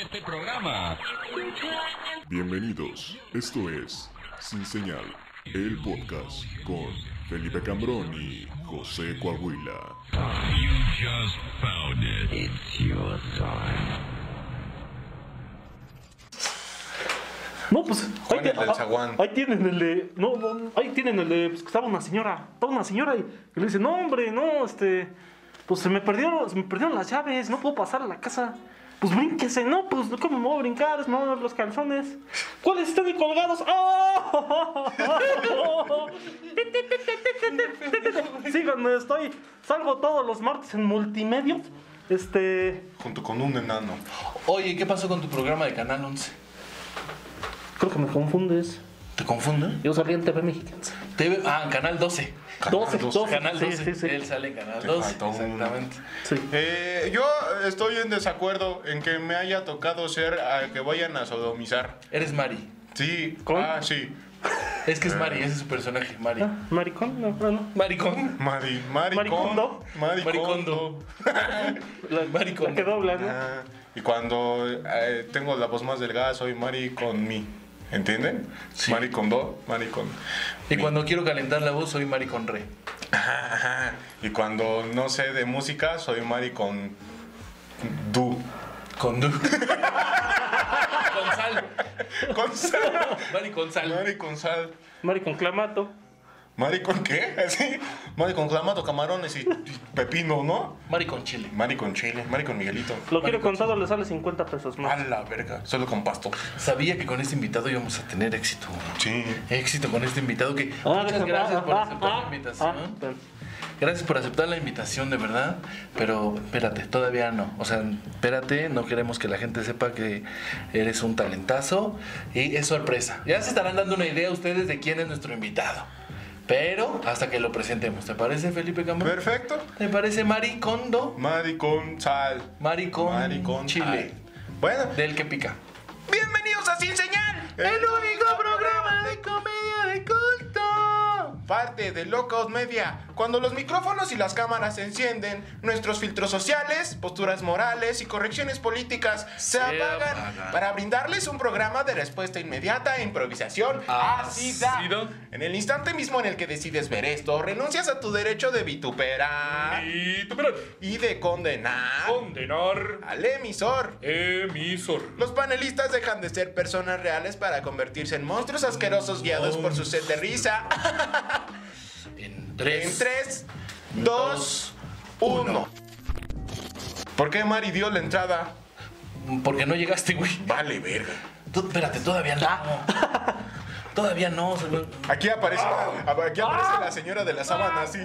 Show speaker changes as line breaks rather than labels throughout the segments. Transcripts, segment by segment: este programa.
Bienvenidos, esto es Sin Señal, el podcast con Felipe Cambrón y José Coahuila.
You just found it. It's your time.
No, pues ahí,
Juan, el del
ah,
zaguán.
ahí tienen el de. No, no, ahí tienen el de. Pues que estaba una señora. Estaba una señora y, y le dice: No, hombre, no, este. Pues se me perdieron, se me perdieron las llaves, no puedo pasar a la casa. Pues brínquese, no, pues ¿cómo me voy a brincar? Es más, los calzones. ¿Cuáles están ahí colgados? ¡Ah! Síganme, estoy. Salgo todos los martes en multimedia. Este.
Junto con un enano.
Oye, ¿qué pasó con tu programa de Canal 11?
Creo que me confundes.
¿Te confundo?
Yo salí en TV Mexicanos.
TV ah, Canal 12.
12,
12.
12.
Canal
sí,
12.
sí, sí.
Él sale en Canal
Te
12.
faltó uno.
Exactamente.
Sí.
Eh, yo estoy en desacuerdo en que me haya tocado ser a que vayan a sodomizar.
Eres Mari.
Sí,
¿Cómo?
ah, sí.
Es que es Mari, ese es su personaje, Mari.
Ah, Maricón, no, no, no.
Maricón.
Mari, maricondo.
Maricondo.
Maricondo.
La,
Maricón.
la que dobla, ¿no?
Ah, y cuando eh, tengo la voz más delgada, soy Mari con mi. ¿Entienden?
Sí.
Mari con do, Mari con.
Y cuando quiero calentar la voz, soy Mari con Re.
Ajá, ajá. Y cuando no sé de música, soy Mari con. Du.
Con du. con sal.
Con sal.
Mari con sal.
Mari con sal.
Maricón Clamato.
¿Mari con qué? Así. Mari con clamato, camarones y, y pepino, ¿no?
Mari con chile.
Mari con chile, Mari con Miguelito.
Lo quiero contado, le sale 50 pesos
A
más.
la verga, solo con pasto.
Sabía que con este invitado íbamos a tener éxito.
Sí.
Éxito con este invitado que
Ah,
muchas
déjame-
gracias
ah,
por
ah,
aceptar
ah,
la invitación.
ah, ven.
Gracias por aceptar la invitación, de verdad. Pero espérate, todavía no. O sea, espérate, no queremos que la gente sepa que eres un talentazo. Y es sorpresa. Ya se estarán dando una idea ustedes de quién es nuestro invitado. Pero hasta que lo presentemos. ¿Te parece, Felipe Cambrón?
Perfecto.
¿Te parece Maricondo?
Mari con sal.
Maricón,
Mari con
Chile.
sal. Bueno,
Del que pica.
bienvenidos a Sin Señal, el único programa de comedia de culto. Parte de Locos Media. Cuando los micrófonos y las cámaras se encienden, nuestros filtros sociales, posturas morales y correcciones políticas se,
Se
apagan,
apagan.
para brindarles un programa de respuesta inmediata e improvisación ácida.
Ácido.
Ah, En el instante mismo en el que decides ver esto, renuncias a tu derecho de vituperar y de condenar
Condenar
al emisor.
emisor.
Los panelistas dejan de ser personas reales para convertirse en monstruos asquerosos guiados por su sed de risa.
En
En
tres.
3, 2, 1. ¿Por qué Mari dio la entrada?
Porque no llegaste, güey.
Vale, verga.
Tú- espérate, todavía no. todavía no. o sea, no-
Aquí aparece, aquí aparece la señora de la sábana, sí.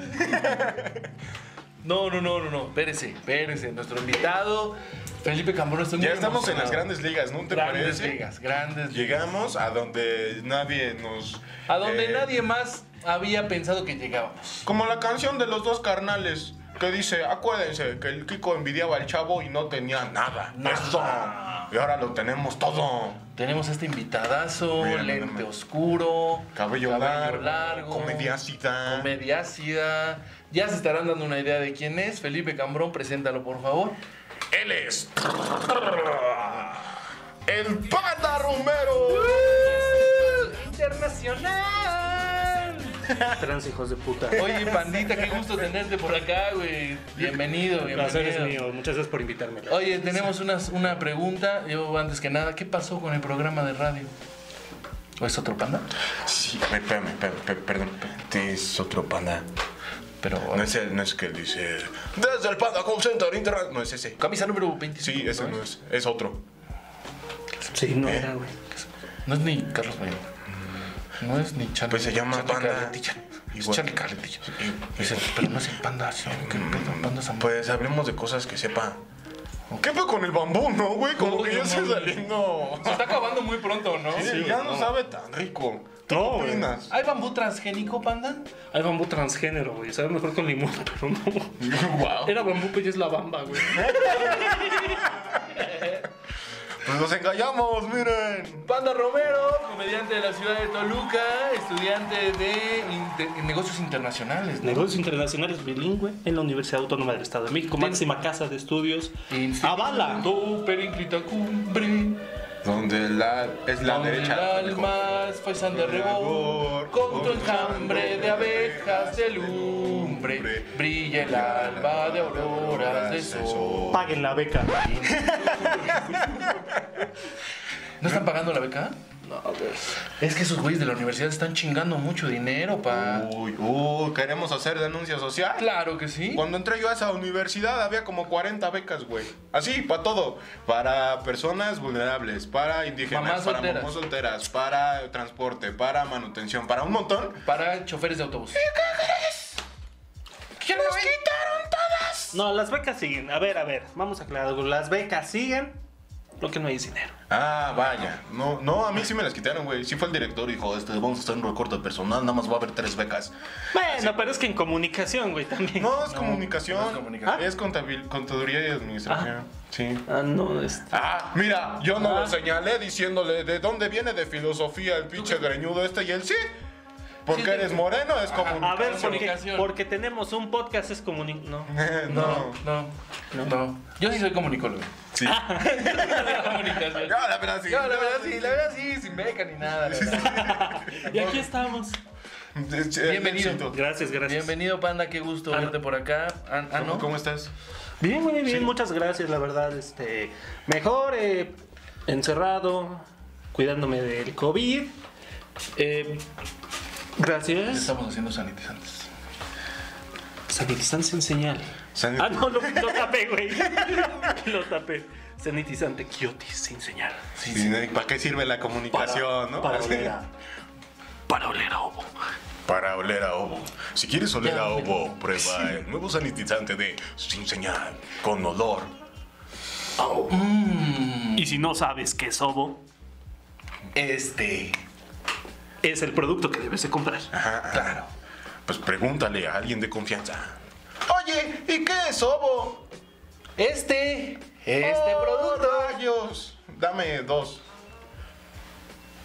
No, no, no, no, no. Espérese, espérese. Nuestro invitado, Felipe Cambrón, estoy
Ya
muy
estamos en
emocionado.
las grandes ligas, ¿no te
Ah. Grandes
parece?
ligas, grandes ligas.
Llegamos a donde nadie nos...
A donde
eh,
nadie más había pensado que llegábamos.
Como la canción de los dos carnales que dice, acuérdense que el Kiko envidiaba al chavo y no tenía nada. Eso. Y ahora lo tenemos todo.
Tenemos este invitadazo,
Mira,
lente
mira, mira.
oscuro,
Cabello, largo,
largo,
comedia ácida.
comedia ácida. Ya se estarán dando una idea de quién es. Felipe Cambrón, preséntalo, por favor.
Él es... El Panda Romero.
¡Internacional!
Trans hijos de puta.
Oye, pandita, qué gusto tenerte por acá, güey. Bienvenido, Oh, bienvenido.
El placer es mío, muchas gracias por invitarme.
Oye, tenemos unas- una pregunta. Yo, antes que nada, ¿qué pasó con el programa de radio? ¿O es otro panda?
Sí, espérame, espérame, pe- perdón. Este Es otro panda.
Pero.
No es, el, no es que dice... Desde el Panda Home Center Internet. No es ese.
Camisa número 25.
Sí, ese no es. Es otro.
Sí, no era, güey.
No es ni Carlos Mayor. No es ni Charlie.
Pues se llama
Charlie
Panda.
Carretilla. Es
Igual.
Charlie Carretilla.
Y- Mm,
Es el- pero no es el panda, sí, ¿Qué pedo? Panda Zamora.
Pues hablemos de cosas que sepa. ¿Qué fue con el bambú, no, güey? Como
Uy,
que ya
no
está
mames.
saliendo.
Se está acabando muy pronto, ¿no?
Sí, ya no sabe tan rico. ¿Tú
No,
qué
güey.
opinas?
¿Hay bambú transgénico, panda?
Hay bambú transgénero, güey. Sabe mejor con limón, pero no.
Wow.
pues
Era bambú, pero ya es la bamba, güey.
Pues nos engañamos, miren.
Panda Romero, comediante de la ciudad de Toluca, estudiante de inte- negocios internacionales. ¿no?
Negocios internacionales bilingüe en la Universidad Autónoma del Estado de México, máxima casa de estudios.
Instituto
Avala.
Periclita Cumbre.
Donde la, es la
Donde
derecha.
el alma es faisán de rebor, con tu enjambre de abejas de lumbre, brilla el alba de auroras de sol.
Paguen la beca.
¿No están pagando la beca? Es que esos güeyes de la universidad están chingando mucho dinero, pa.
Uy, uy, queremos hacer denuncia social.
Claro que sí.
Cuando entré yo a esa universidad había como 40 becas, güey. Así, para todo. Para personas vulnerables, para indígenas,
Mamás
para
solteras.
mamás solteras, para transporte, para manutención, para un montón.
Para choferes de autobús.
¿Qué nos quitaron todas?
No, las becas siguen. A ver, a ver, vamos a aclarar algo. Las becas siguen, lo que no hay es dinero.
Ah, vaya. No, no, a mí sí me las quitaron, güey. Sí fue el director y dijo, este, vamos a hacer un recorte de personal, nada más va a haber tres becas.
Bueno, pero es que en comunicación, güey, también.
No, es comunicación.
no es comunicación.
Es contabil- contaduría y administración. Sí.
Ah, no, es...
Ah, mira, yo no lo señalé diciéndole de dónde viene de filosofía el pinche greñudo este y él sí. Porque
Sí,
eres
sí.
moreno, es como...
A ver, porque,
Comunicación.
porque tenemos un podcast, es comunicación. No.
no.
no, no, Yo sí soy comunicólogo.
Sí.
Comunicación.
Yo, la verdad, sí.
Ah. Yo, la verdad, sí, la verdad, sí, sin beca ni nada. la verdad.
Y aquí estamos.
Es- es-
Bienvenido.
éxito.
Gracias, gracias.
Bienvenido, Panda, qué gusto verte por acá. Ah, ah,
¿Cómo,
¿no?
cómo estás?
Bien, muy bien, muchas gracias, la verdad, este, mejor eh, encerrado, cuidándome del COVID. Eh, gracias.
Estamos haciendo sanitizantes.
Sanitizante en señal.
Sanit-
Ah, no, lo, lo tapé, güey. lo tapé. Sanitizante quiotis sin señal.
Sí, sí, ¿Para qué sirve la comunicación, no?
para
Sí.
oler a- Para oler a ovo.
Para oler a ovo. Si quieres oler
Ya,
a
me-
ovo, prueba el nuevo sanitizante de Sin Señal, con olor.
Y si no sabes qué es ovo,
Este,
es el producto que debes de comprar.
Ah,
claro.
Pues pregúntale a alguien de confianza. Oye, ¿y qué es ovo?
Este, este producto.
Oh, rayos. Dame dos.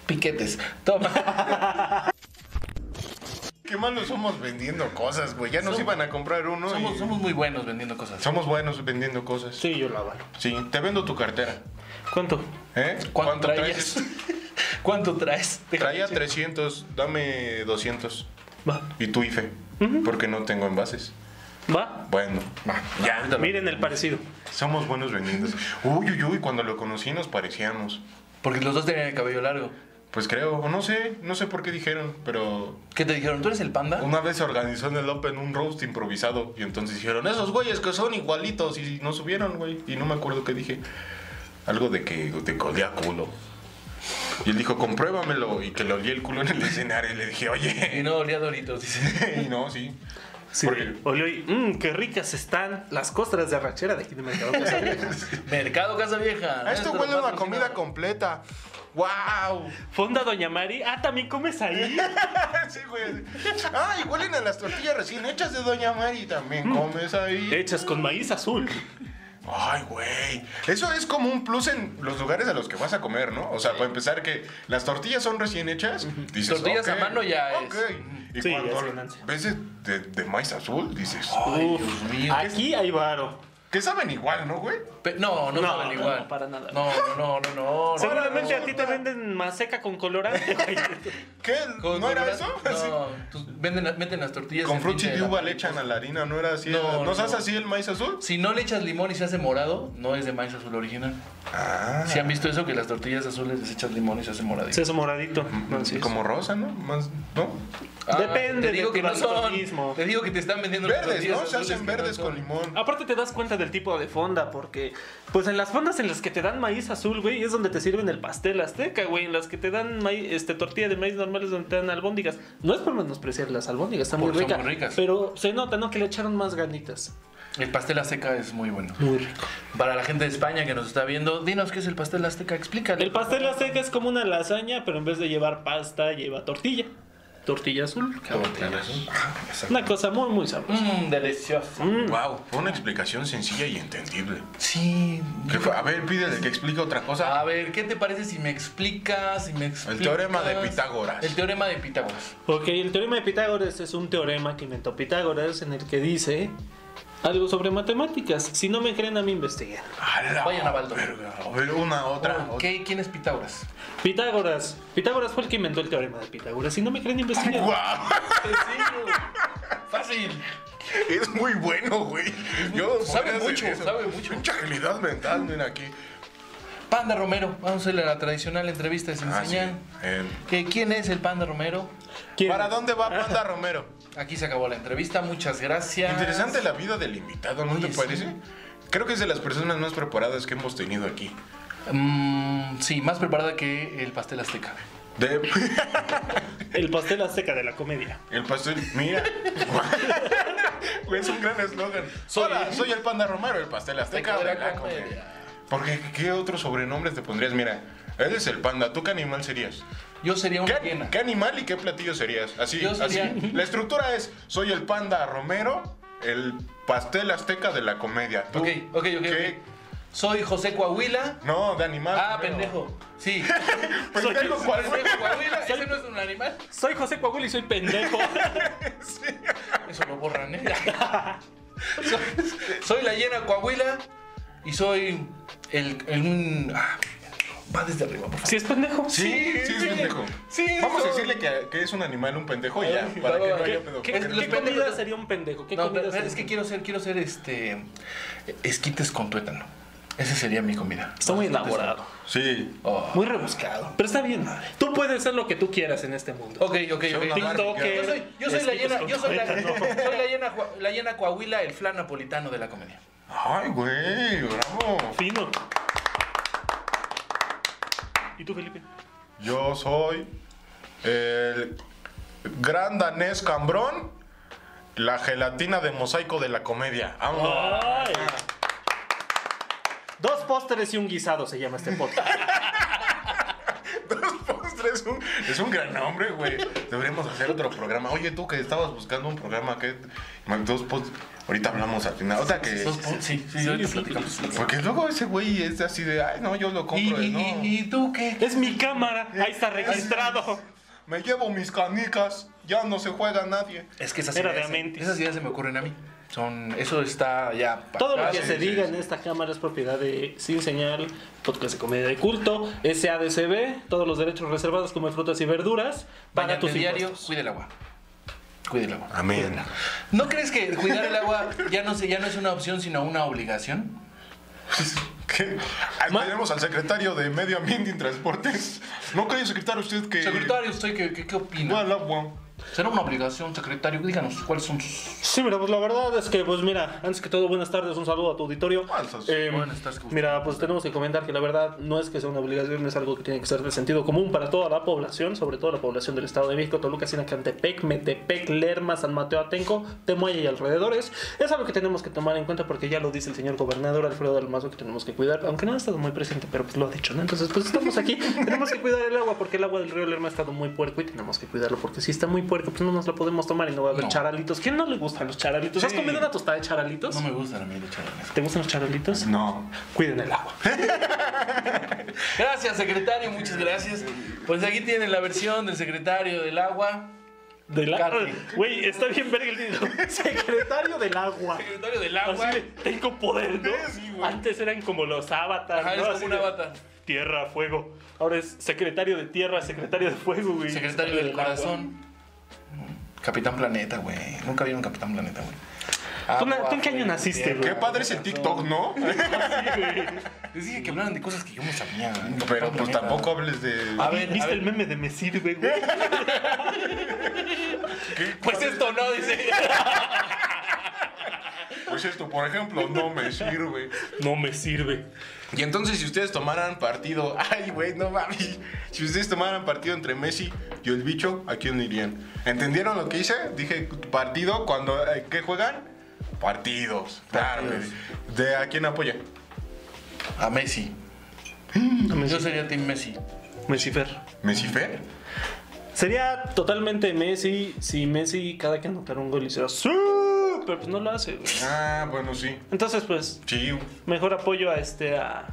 Piquetes. Toma.
Qué malos somos vendiendo cosas, güey. Ya nos iban a comprar uno.
Somos,
y-
somos muy buenos vendiendo cosas.
somos buenos vendiendo cosas.
Sí, yo lo avalo.
Sí, te vendo tu cartera.
¿Cuánto?
¿Eh?
¿Cuánto, traes?
traes?
¿Cuánto traes?
Traía 300, dame 200.
Va.
Y tu IFE. Porque no tengo envases.
Va.
Bueno, va, ya.
Miren el parecido.
Somos buenos vendiendo. Uy, uy, uy, cuando lo conocí nos parecíamos.
Porque los dos tenían el cabello largo.
Pues creo, o no sé, no sé por qué dijeron, pero
¿Qué te dijeron? ¿Tú eres el panda?
una vez se organizó en el Open un roast improvisado y entonces dijeron, esos güeyes que son igualitos y no subieron, güey. Y no me acuerdo qué dije. Algo de que te colía culo. Y él dijo, compruébamelo. Y que le olí el culo en el escenario y le dije,
Y
oye.
no olía Doritos, dice.
Y no, sí.
Sí,
Porque-
olio y, "Mm, qué ricas están las costras de arrachera de aquí de Mercado Plaza Vieja".
Mercado Casa Vieja.
A Ah, esto
Nuestro
huele a una
patrocinador.
comida completa. ¡Wow!
Fonda Doña Mari. Ah, también comes ahí.
Sí, güey. Ah, y huelen a las tortillas recién hechas de Doña Mari. También comes ahí.
Hechas con maíz azul.
Ay, güey. Eso es como un plus en los lugares a los que vas a comer, ¿no? O sea, para empezar que las tortillas son recién hechas. Dices,
Tortillas a
ok,
mano ya
ok.
es.
Y
Sí, ya es
cuando
ganancia.
ves de, de- de maíz azul, dices,
Ay,
Uf,
Dios mío.
Aquí hay varo.
que saben igual, ¿no, güey?
Pe- No, no,
No,
saben
no,
igual.
no, para nada.
No, no, no, no. no.
Seguramente a ti te venden maseca con colorante. güey.
¿Qué?
Con-
¿No era
con-
eso?
No,
Así.
tus- venden, meten las tortillas.
Con
en
frutti
pinche
de uva
la-
le echan a la harina, ¿no era así?
No,
¿No, se
no.
hace así el maíz azul?
Si no le echas limón y se hace morado, no es de maíz azul original.
Ah.
Si han visto eso, que las tortillas azules les echas limón y se hace moradito.
Se es moradito. No, sí es.
como rosa, ¿no? Más, ¿no?
Ah,
Depende
te digo
de
que
tu
no son.
daltonismo.
Te digo que te están vendiendo las
Verdes,
tortillas
¿no? Se
azules
hacen
que no
verdes
son.
con limón.
Aparte te das cuenta del tipo de fonda, porque pues en las fondas en las que te dan maíz azul, güey, es donde te sirven el pastel azteca, güey, en las que te dan maíz, este tortilla de maíz normal es donde te dan albóndigas. No es por menospreciar las albóndigas, están muy
Porque son
ricas,
muy ricas.
pero se nota, ¿no? Que le echaron más ganitas.
El pastel azteca es muy bueno.
Muy rico.
Para la gente de España que nos está viendo, dinos qué es el pastel azteca, explícale.
El pastel azteca es como una lasaña, pero en vez de llevar pasta, lleva tortilla. tortilla azul. cabrón.
Tortillas. Ajá, exacto.
Una cosa muy, muy sabrosa.
Mmm, delicioso.
Wow, fue una explicación sencilla y entendible.
Sí.
Que fue- a ver, pídele que explique otra cosa.
A ver, ¿qué te parece si me explicas? Si me explicas?
teorema de Pitágoras.
El teorema de Pitágoras.
Ok, el teorema de Pitágoras es un teorema que inventó Pitágoras en el que dice algo sobre matemáticas. Si no me creen, a mí investiguen.
¡Hala!
Vayan a Baldo.
A ver, una, Ah, otra.
Ok, ¿quién es Pitágoras?
Pitágoras. Pitágoras fue el que inventó el teorema de Pitágoras. Si no me creen, investiguen.
¡Guau!
Fácil.
Es muy bueno, güey. Yo
Sabe
podría hacer
mucho,
eso.
sabe mucho.
Mucha agilidad mental, mira aquí.
Panda Romero. Vamos a ir a la tradicional entrevista de Sin
Ah, sí.
Señal.
Eh,
¿Qué- ¿Quién es el Panda Romero?
¿Quién?
¿Para dónde va Panda Romero?
Aquí se acabó la entrevista. Muchas gracias.
Interesante la vida del invitado, ¿no
Oye,
te
sí.
parece? Creo que es de las personas más preparadas que hemos tenido aquí.
Mm, sí, más preparada que el pastel azteca.
De...
El pastel azteca de la comedia.
El pastel, mira. Güey, es un gran eslogan.
Soy-
Hola, soy el Panda Romero, el pastel azteca de la comedia. Porque, ¿qué otros sobrenombres te pondrías? Mira, él es el panda, ¿tú qué animal serías?
Yo sería una
¿Qué,
hiena.
qué animal y qué platillo serías? Así,
Yo sería-
así. La estructura es, soy el panda Romero, el pastel azteca de la comedia. ¿Tú
Ok, ok, ok.
qué?
ok. Soy José Coahuila.
No, de animal.
Ah,
primero.
pendejo. Sí.
Pendejo, ¿cuál fue?
Pendejo Coahuila. Ese no es un animal.
Soy José Coahuila y soy pendejo.
Eso lo borran, ¿eh? soy, soy la llena Coahuila y soy el. el un- ah, va desde arriba, por favor.
Si es pendejo.
Sí, sí, es pendejo.
Sí,
Vamos a
soy-
decirle que, que es un animal, un pendejo y ya,
Ay,
para
va,
que
va,
no
va.
haya
¿Qué-
pedo.
¿Qué,
Es-
qué
los
comida
pendejos-
sería un pendejo? ¿Qué
No,
comida
pero,
sería
es que
un
quiero ser, quiero ser este. Esquites con tuétano. Esa sería mi comida.
Está muy elaborado,
Sí.
Oh.
muy rebuscado. Pero está bien. Tú puedes ser lo que tú quieras en este mundo.
Ok, ok,
Soy
ok.
una
Yo
TikToker.
soy, yo soy la
esquites
llena,
con
yo soy la,
tuétano.
soy la llena, Cua- la llena Coahuila, el flan napolitano de la comedia.
Ay, güey, bravo.
Fino. ¿Y tú, Felipe?
Yo soy el gran danés cambrón, la gelatina de mosaico de la comedia. Vámonos.
Ay. Dos pósteres y un guisado se llama este podcast.
Dos postres, un- es un gran nombre, güey. Deberíamos hacer otro programa. Oye, tú que estabas buscando un programa que... Dos postres. Ahorita hablamos al final. O sea que...
Dos pu- Sí, sí, ahorita platicamos.
Porque luego ese güey es así de, ay, no, yo lo
¿Y,
compro.
y-
no.
y- y tú qué?
Es mi cámara, ahí está registrado.
Me llevo mis canicas, ya no se juega nadie.
Es que esas
Era de
ideas,
Amentis.
esas ideas se me ocurren a mí. Son, eso está ya.
Todo lo
pactado.
que
sí,
se
sí,
diga
sí.
en esta cámara es propiedad de Sin Señal, Podcast de Comedia de Culto, SADCB, todos los derechos reservados como frutas y verduras, para
Bañate
tus
diario,
impuestos.
cuide el agua. Cuide el agua.
Amén.
¿No crees que cuidar el agua ya no sé, ya no es una opción sino una obligación?
¿Qué? Ahí tenemos al secretario de Medio Ambiente y Transportes. No cree, secretario, usted que.
Secretario, ¿usted qué, qué, qué opina?
No, el agua.
¿Será una obligación, secretario? Díganos, ¿cuáles son sus...?
Sí, mira, pues la verdad es que, pues mira, antes que todo, buenas tardes, un saludo a tu auditorio. Eh,
Buenas-
buenas tardes, Gustavo.
mira, pues tenemos que comentar que la verdad no es que sea una obligación, es algo que tiene que ser de sentido común para toda la población, sobre todo la población del Estado de México, Toluca, Sinacantepec, Metepec, Lerma, San Mateo Atenco, Temoya y alrededores. Es algo que tenemos que tomar en cuenta porque ya lo dice el señor gobernador Alfredo del Mazo que tenemos que cuidar, aunque no ha estado muy presente, pero pues lo ha dicho, ¿no? Entonces, pues estamos aquí, tenemos que cuidar el agua porque el agua del río Lerma ha estado muy puerco y tenemos que cuidarlo porque si está muy puerco, pues no nos la podemos tomar y no va a haber
No.
charalitos. ¿Quién no le gustan los charalitos? ¿Has
Sí.
comido una tostada de charalitos?
No me gustan a mí los charales.
¿Te gustan los charalitos?
No.
Cuiden el agua.
Gracias, secretario, muchas gracias. Pues aquí tienen la versión del secretario del agua.
Del agua.
Cate.
Güey, está bien verga el título. Secretario del agua.
Secretario del agua.
Así de, tengo poder, ¿no?
Sí, güey.
Antes eran como los avatars.
Ajá,
¿no?
es como
Así
una
de
bata.
Tierra, fuego. Ahora es secretario de tierra, secretario de fuego, güey.
Secretario del
agua.
corazón. Capitán Planeta, güey. Nunca vi un Capitán Planeta, güey.
¿Tú na-
Agua,
tú en qué año
fuego,
naciste,
tierra,
güey?
Qué padre es el TikTok, ¿no?
Les dije que hablaran de cosas que yo no sabía. güey.
Pero pues
Planeta.
tampoco hables de.
A ver, a
¿Viste
ver.
el meme de me sirve, güey?
Pues esto no, dice.
Pues esto, por ejemplo, no me sirve.
No me sirve.
Y entonces, si ustedes tomaran partido. Ay, güey, no mames. Si ustedes tomaran partido entre Messi y el bicho, ¿a quién irían? ¿Entendieron lo que hice? Dije partido cuando. eh, ¿Qué juegan? Partidos. Claro, güey. ¿De a quién apoya?
A Messi.
No me
Yo
sirve.
sería Team Messi.
Mesifer.
¿Messi Fer?
Sería totalmente Messi si Messi cada que anotara un gol hiciera ¡Sí! Pero pues no lo hace, güey.
Ah, bueno, sí.
Entonces, pues,
Sí.
mejor apoyo a este a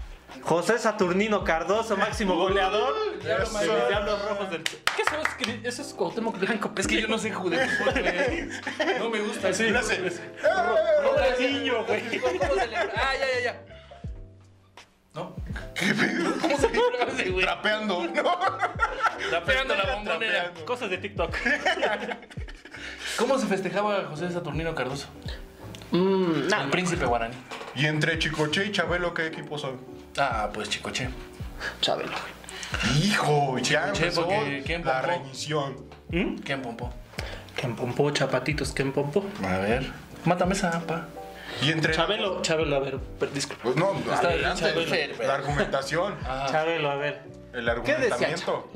José Saturnino Cardoso, máximo goleador.
Diablo
Los
Mayor.
Diablos Rojos del. ¿Qué sabes? que Eso es Cuauhtémoc Blanco.
Es que yo no sé jugar de fútbol, güey. No me gusta.
Sí.
Sí.
No sé.
Ronaldinho, güey.
Ah, ya, ya, ya. ¿No?
¿Qué pedo?
¿Cómo se libra ese, güey?
Trapeando, ¿no?
Trapeando la bombonera.
Trapeando.
Cosas de TikTok.
¿Cómo se festejaba José Saturnino Cardoso?
Mm, nah,
El príncipe guaraní.
Y entre Chicoche y Chabelo, ¿qué equipo son?
Ah, pues Chicoche.
Chabelo.
Hijo, ya
Chicoche,
empezó
porque ¿quién
la
pompó?
reinición.
¿Quién pompó?
Ken Pompó, Chapatitos, Ken Pompó.
A ver. Mátame esa, pa.
Y entre...
Chabelo, Chabelo, a ver, per- disculpa.
Pues no,
Está
adelante.
bien, Chabelo.
La argumentación.
Ah,
Chabelo, a ver.
El
¿Qué decía
argumentamiento.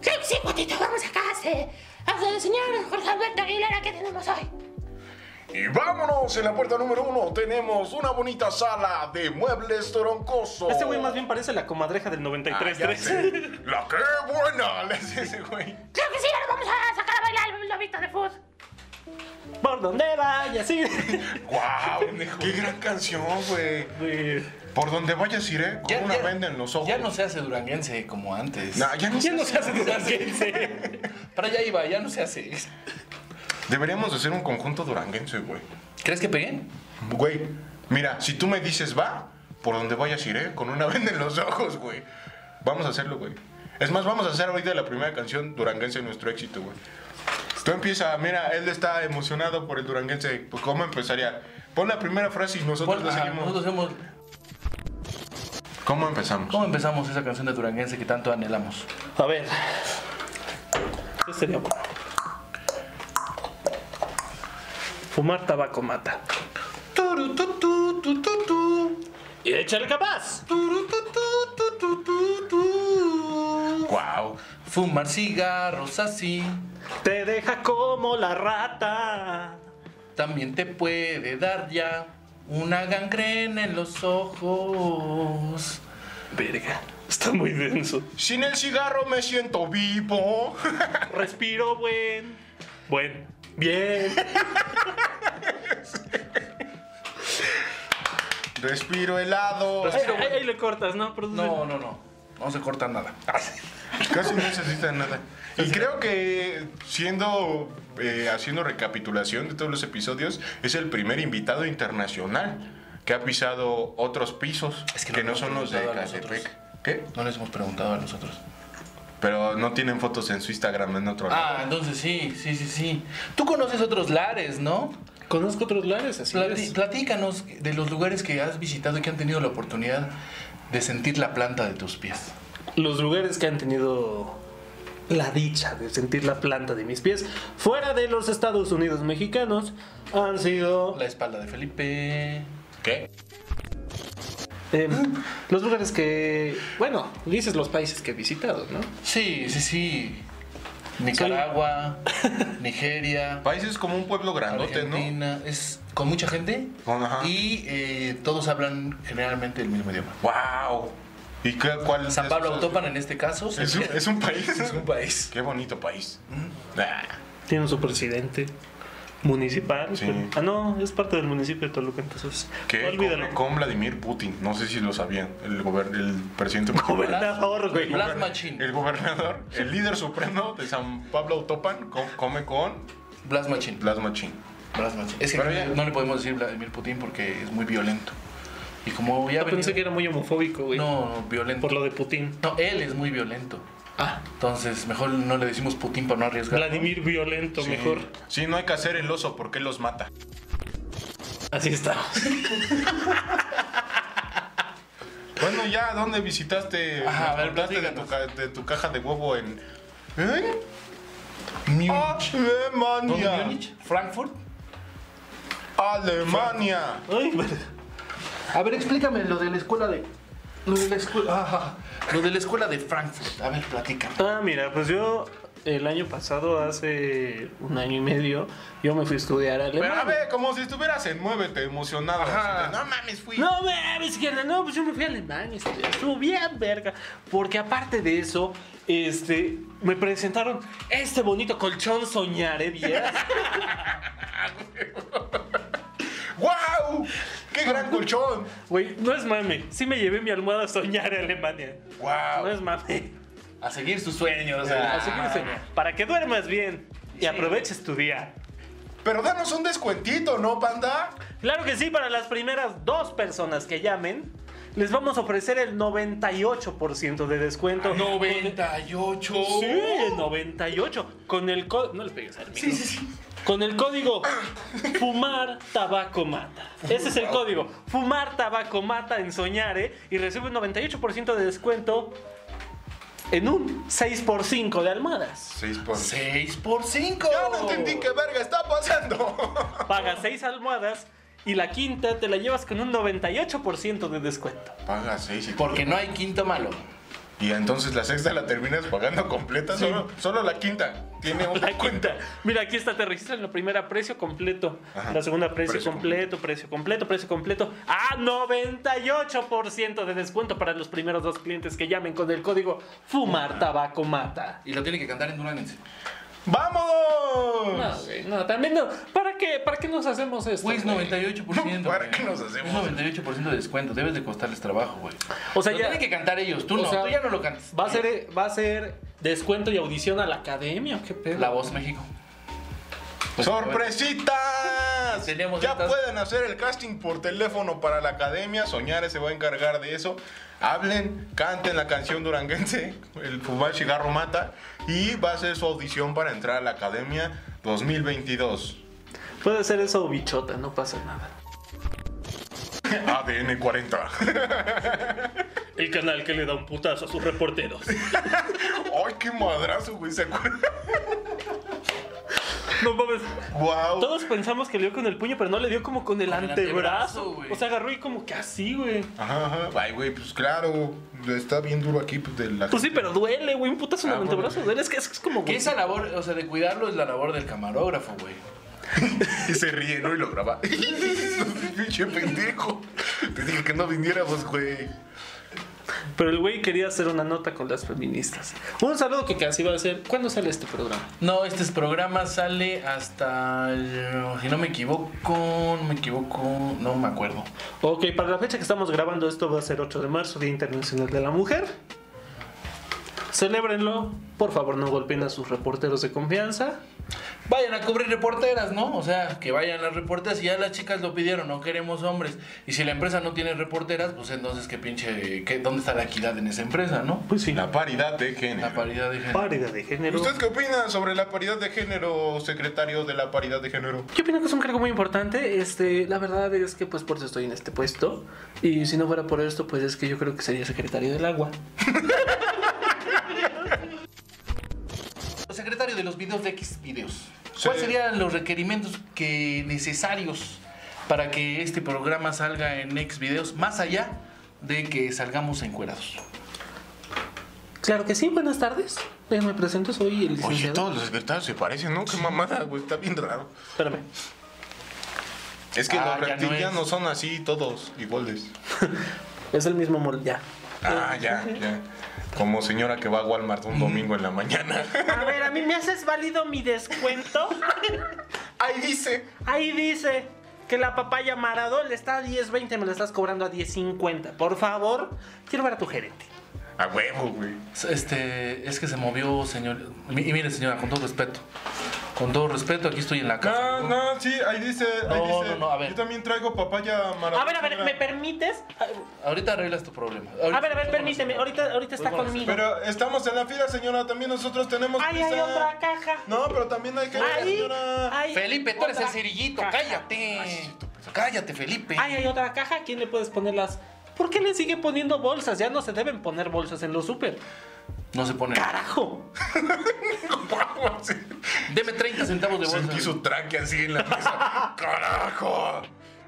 Sí, sí, patito, vamos a casa. Hasta el señor Jorge Alberto Aguilera que tenemos hoy.
Y vámonos, en la puerta número uno tenemos una bonita sala de muebles toroncoso.
Este güey más bien parece la comadreja del
Ah, ya
93-3.
sé. La que buena, le dice ese güey.
Creo que sí, ahora vamos a sacar a bailar el lobito de fútbol.
Por donde vaya, sí.
¡Wow! ¡Qué gran canción, güey!
Güey.
Por donde vayas iré, con
ya-
una
ya-
venda en los ojos.
Ya no se hace duranguense como antes.
Nah, ya no
Ya
sé.
no se hace duranguense.
Para allá iba, ya no se hace.
Deberíamos de ser un conjunto duranguense, güey.
¿Crees que peguen?
Güey, mira, si tú me dices va, por donde vayas iré, con una venda en los ojos, güey. Vamos a hacerlo, güey. Es más, vamos a hacer ahorita la primera canción duranguense de nuestro éxito, güey. Tú empieza, mira, él está emocionado por el duranguense. Pues, ¿cómo empezaría? Pon la primera frase y nosotros
Bueno,
la
ajá,
seguimos.
nosotros hemos-
¿Cómo empezamos?
¿Cómo empezamos esa canción de duranguense que tanto anhelamos?
A ver. ¿Qué sería bueno? Fumar tabaco mata.
Turu, tu, tu, tu, tu, tu.
Y échale capaz.
Turu, tu, tu, tu, tu, tu, tu.
Wow.
Fumar cigarros así
Te deja como la rata.
también te puede dar ya una gangrena en los ojos.
Verga. Está muy denso.
Sin el cigarro me siento vivo.
Respiro buen. Buen. Bien.
Respiro helado.
Ahí, ahí- ahí le cortas, ¿no? Producer?
No, no, no. No se corta nada.
Casi no necesita nada. Y creo que siendo eh, haciendo recapitulación de todos los episodios, es el primer invitado internacional que ha pisado otros pisos
Es
que
que
no,
no nos
son
hemos
los de
preguntado a nosotros.
Catepec. ¿Qué?
No les hemos preguntado a nosotros.
Pero no tienen fotos en su Instagram en otro lado.
Ah, entonces sí, sí, sí, sí. Tú conoces otros lares, ¿no?
Conozco otros lares, así
Plati-
es.
platícanos de los lugares que has visitado y que han tenido la oportunidad de sentir la planta de tus pies.
los lugares que han tenido la dicha de sentir la planta de mis pies fuera de los Estados Unidos mexicanos han sido
La espalda de Felipe.
¿Qué?
eh, los lugares que, bueno, dices los países que he visitado, ¿no?
Sí, sí, sí. Nicaragua, Nigeria,
Países como un pueblo grandote, ¿no?
Argentina. Es con mucha gente
Con- ajá.
y eh, todos hablan generalmente el mismo idioma.
¡Wow! ¿Y qué, cuál
San
de
Pablo
esos-
Autopan en este caso.
¿Es un, es un país.
es un país.
Qué bonito país. Ah,
Tienen su presidente municipal.
Sí.
pero- ah, no, es parte del municipio de Toluca, entonces.
que
Olvídalo.
con, con Vladimir Putin. No sé si lo sabían. El, gober- el presidente.
Gobernador, güey.
Blas Machín.
El gobernador, el líder supremo de San Pablo Autopan, co- come con
Blas Machín.
plasma chin.
Blas Machín. Es que
Pero
no,
ya-
no le podemos decir Vladimir Putin porque es muy violento. Y como ya
Yo pensé que
venía-
era muy homofóbico, güey.
No, violento.
Por lo de Putin.
No, él es muy violento.
Ah,
Entonces, mejor no le decimos Putin para no arriesgar.
Vladimir violento, mejor.
Sí, no hay que hacer el oso porque él los mata.
Así estamos.
Bueno, ya, ¿dónde visitaste?
Ajá,
Nos
a ver,
contaste de tu, ca- de tu caja de huevo en. ¿Eh?
¿Dónde,
Alemania.
Múnich? ¿Frankfurt?
Alemania.
Ay, verga.
A ver, explícame lo de la escuela de. ah, Lo de la escuela. lo de la escuela de Frankfurt. A ver, platícame.
Ah, mira, pues yo el año pasado, hace un año y medio, yo me fui a estudiar a
Pero a
Alemania.
ver, como si estuvieras en Muévete emocionado.
Ajá.
así de, no mames, fui.
No, mames, izquierda, no, pues yo me fui a Alemania, este, estuvo bien verga. Porque aparte de eso, este, me presentaron este bonito colchón ¿eh? soñaré bien.
¡Wow! ¡Qué gran colchón!
Güey, no es mame, sí me llevé mi almohada a soñar a Alemania. No
¡Wow!
es mame.
A seguir sus sueños. a-
Así que dice, para que duermas bien y aproveches tu día.
Pero danos un descuentito, ¿no, panda?
Claro que sí, para las primeras dos personas que llamen, les vamos a ofrecer el 98% de descuento.
98.
Sí, el 98. Con el código. No les pegues al micro.
Sí, sí, sí.
Con el código Fumar Tabaco Mata. Ese es el código. Fumar Tabaco Mata en Soñare. Y recibe un 98% de descuento en un 6x5 de almohadas.
6 por
6 por 5.
Ya no entendí qué verga está pasando.
Pagas 6 almohadas y la quinta te la llevas con un 98% de descuento.
Paga 6 y
Porque no hay quinto malo.
Y entonces la sexta la terminas pagando completa, solo, solo la quinta tiene un
La
descuento.
quinta. Mira, aquí está, te registran la primera precio completo.
Ajá.
La segunda precio,
Precio
completo, precio completo, precio completo. A 98% de descuento para los primeros dos clientes que llamen con el código Fumar Tabaco Mata.
Y lo tiene que cantar en Duranense.
No,
¡Vámonos!
güey, no, también no. ¿Para qué? ¿Para qué nos hacemos esto?
Pues
güey?
98%.
¿Para
güey.
qué nos hacemos?
Es 98% de descuento. Debes de costarles trabajo, güey.
O sea,
lo
ya-
tienen que cantar ellos. Tú
o
no.
sea,
tú ya no lo cantas.
Va a ser, va a ser descuento y audición a la academia, ¿o qué pedo?
La Voz México.
¡Sorpresitas!
Pues, Teníamos
ya
estas-
pueden hacer el casting por teléfono para la academia. Soñare se va a encargar de eso. Hablen, canten la canción duranguense, el fumar cigarro mata. Y va a ser su audición para entrar a la academia 2022.
Puede ser eso o bichota, no pasa nada.
ADN 40.
El canal que le da un putazo a sus reporteros.
¡Ay, qué madrazo, güey! ¿Se acuerdan?
no mames.
¡Wow!
Todos pensamos que le dio con el puño, pero no le dio como con el
Con el
antebrazo.
antebrazo, güey.
o sea, agarró y como que así, güey.
Ajá, ajá. Ay, güey, pues claro, está bien duro aquí, pues de la.
Pues sí, pero duele, güey. Un putazo en
Ah,
el antebrazo. Duele, es que es, que es como.
Que esa labor, o sea, de cuidarlo es la labor del camarógrafo, güey.
Y se ríe, ¿no? Y lo graba. Pinche pendejo. Te dije que no viniéramos, güey.
Pero el güey quería hacer una nota con las feministas. Un saludo que casi va a ser. ¿Cuándo sale este programa?
No, este programa sale hasta el- si no me equivoco, no me equivoco, no me acuerdo.
Ok, para la fecha que estamos grabando esto va a ser 8 de marzo, Día Internacional de la Mujer. Celébrenlo. Por favor, no golpeen a sus reporteros de confianza.
Vayan a cubrir reporteras, ¿no? O sea, que vayan las reporteras. Si ya las chicas lo pidieron, no queremos hombres. Y si la empresa no tiene reporteras, pues entonces qué pinche, qué, ¿dónde está la equidad en esa empresa, no?
Pues sí.
La paridad de género.
La paridad de género.
Paridad de género.
¿Usted qué opina sobre la paridad de género, secretario de la paridad de género?
Yo opino que es un cargo muy importante. Este, la verdad es que pues por eso estoy en este puesto. Y si no fuera por esto, pues es que yo creo que sería secretario del agua.
Secretario de los videos de X videos. ¿Cuáles serían los requerimientos que necesarios para que este programa salga en X videos, más allá de que salgamos encuerados?
Claro que sí, buenas tardes. Eh, me presento, soy el
Oye,
licenciado.
todos los secretarios se parecen, ¿no? Qué mamada, güey. Está bien raro.
Espérame.
Es que
Ah,
los
ya no
reptilianos
es.
son así, todos iguales.
Es el mismo molde. Ya.
Ah, ya, ya. Como señora que va a Walmart un domingo en la mañana.
A ver, a mí me haces válido mi descuento.
Ahí dice.
Ahí dice que la papaya Maradol está a 10.20, me la estás cobrando a 10.50. Por favor, quiero ver a tu gerente.
A huevo, güey.
Este, es que se movió, señor. Y mire, señora, con todo respeto. Con todo respeto, aquí estoy en la casa.
No, no, sí, ahí dice, ahí
No,
dice.
no, no, a ver.
Yo también traigo papaya maravilla.
A ver, a ver, ¿me permites?
Ahorita arreglas tu problema.
A ver, a ver, permíteme. Ahorita, ahorita está
Voy con la
conmigo.
Pero pues, estamos en la fila, señora, también nosotros tenemos
Ahí hay
prisa.
otra caja.
No, pero también hay que ver,
Ahí,
señora.
ahí,
Felipe, tú eres
otra
el cerillito,
caja.
cállate.
pues,
Cállate, Felipe.
Ahí hay otra caja. ¿Quién le puedes poner las.? ¿Por qué le sigue poniendo bolsas? Ya no se deben poner bolsas en los super.
No se pone.
¡Carajo!
Deme 30 centavos de
Sentí
bolsa.
su tranque así en la mesa. ¡Carajo!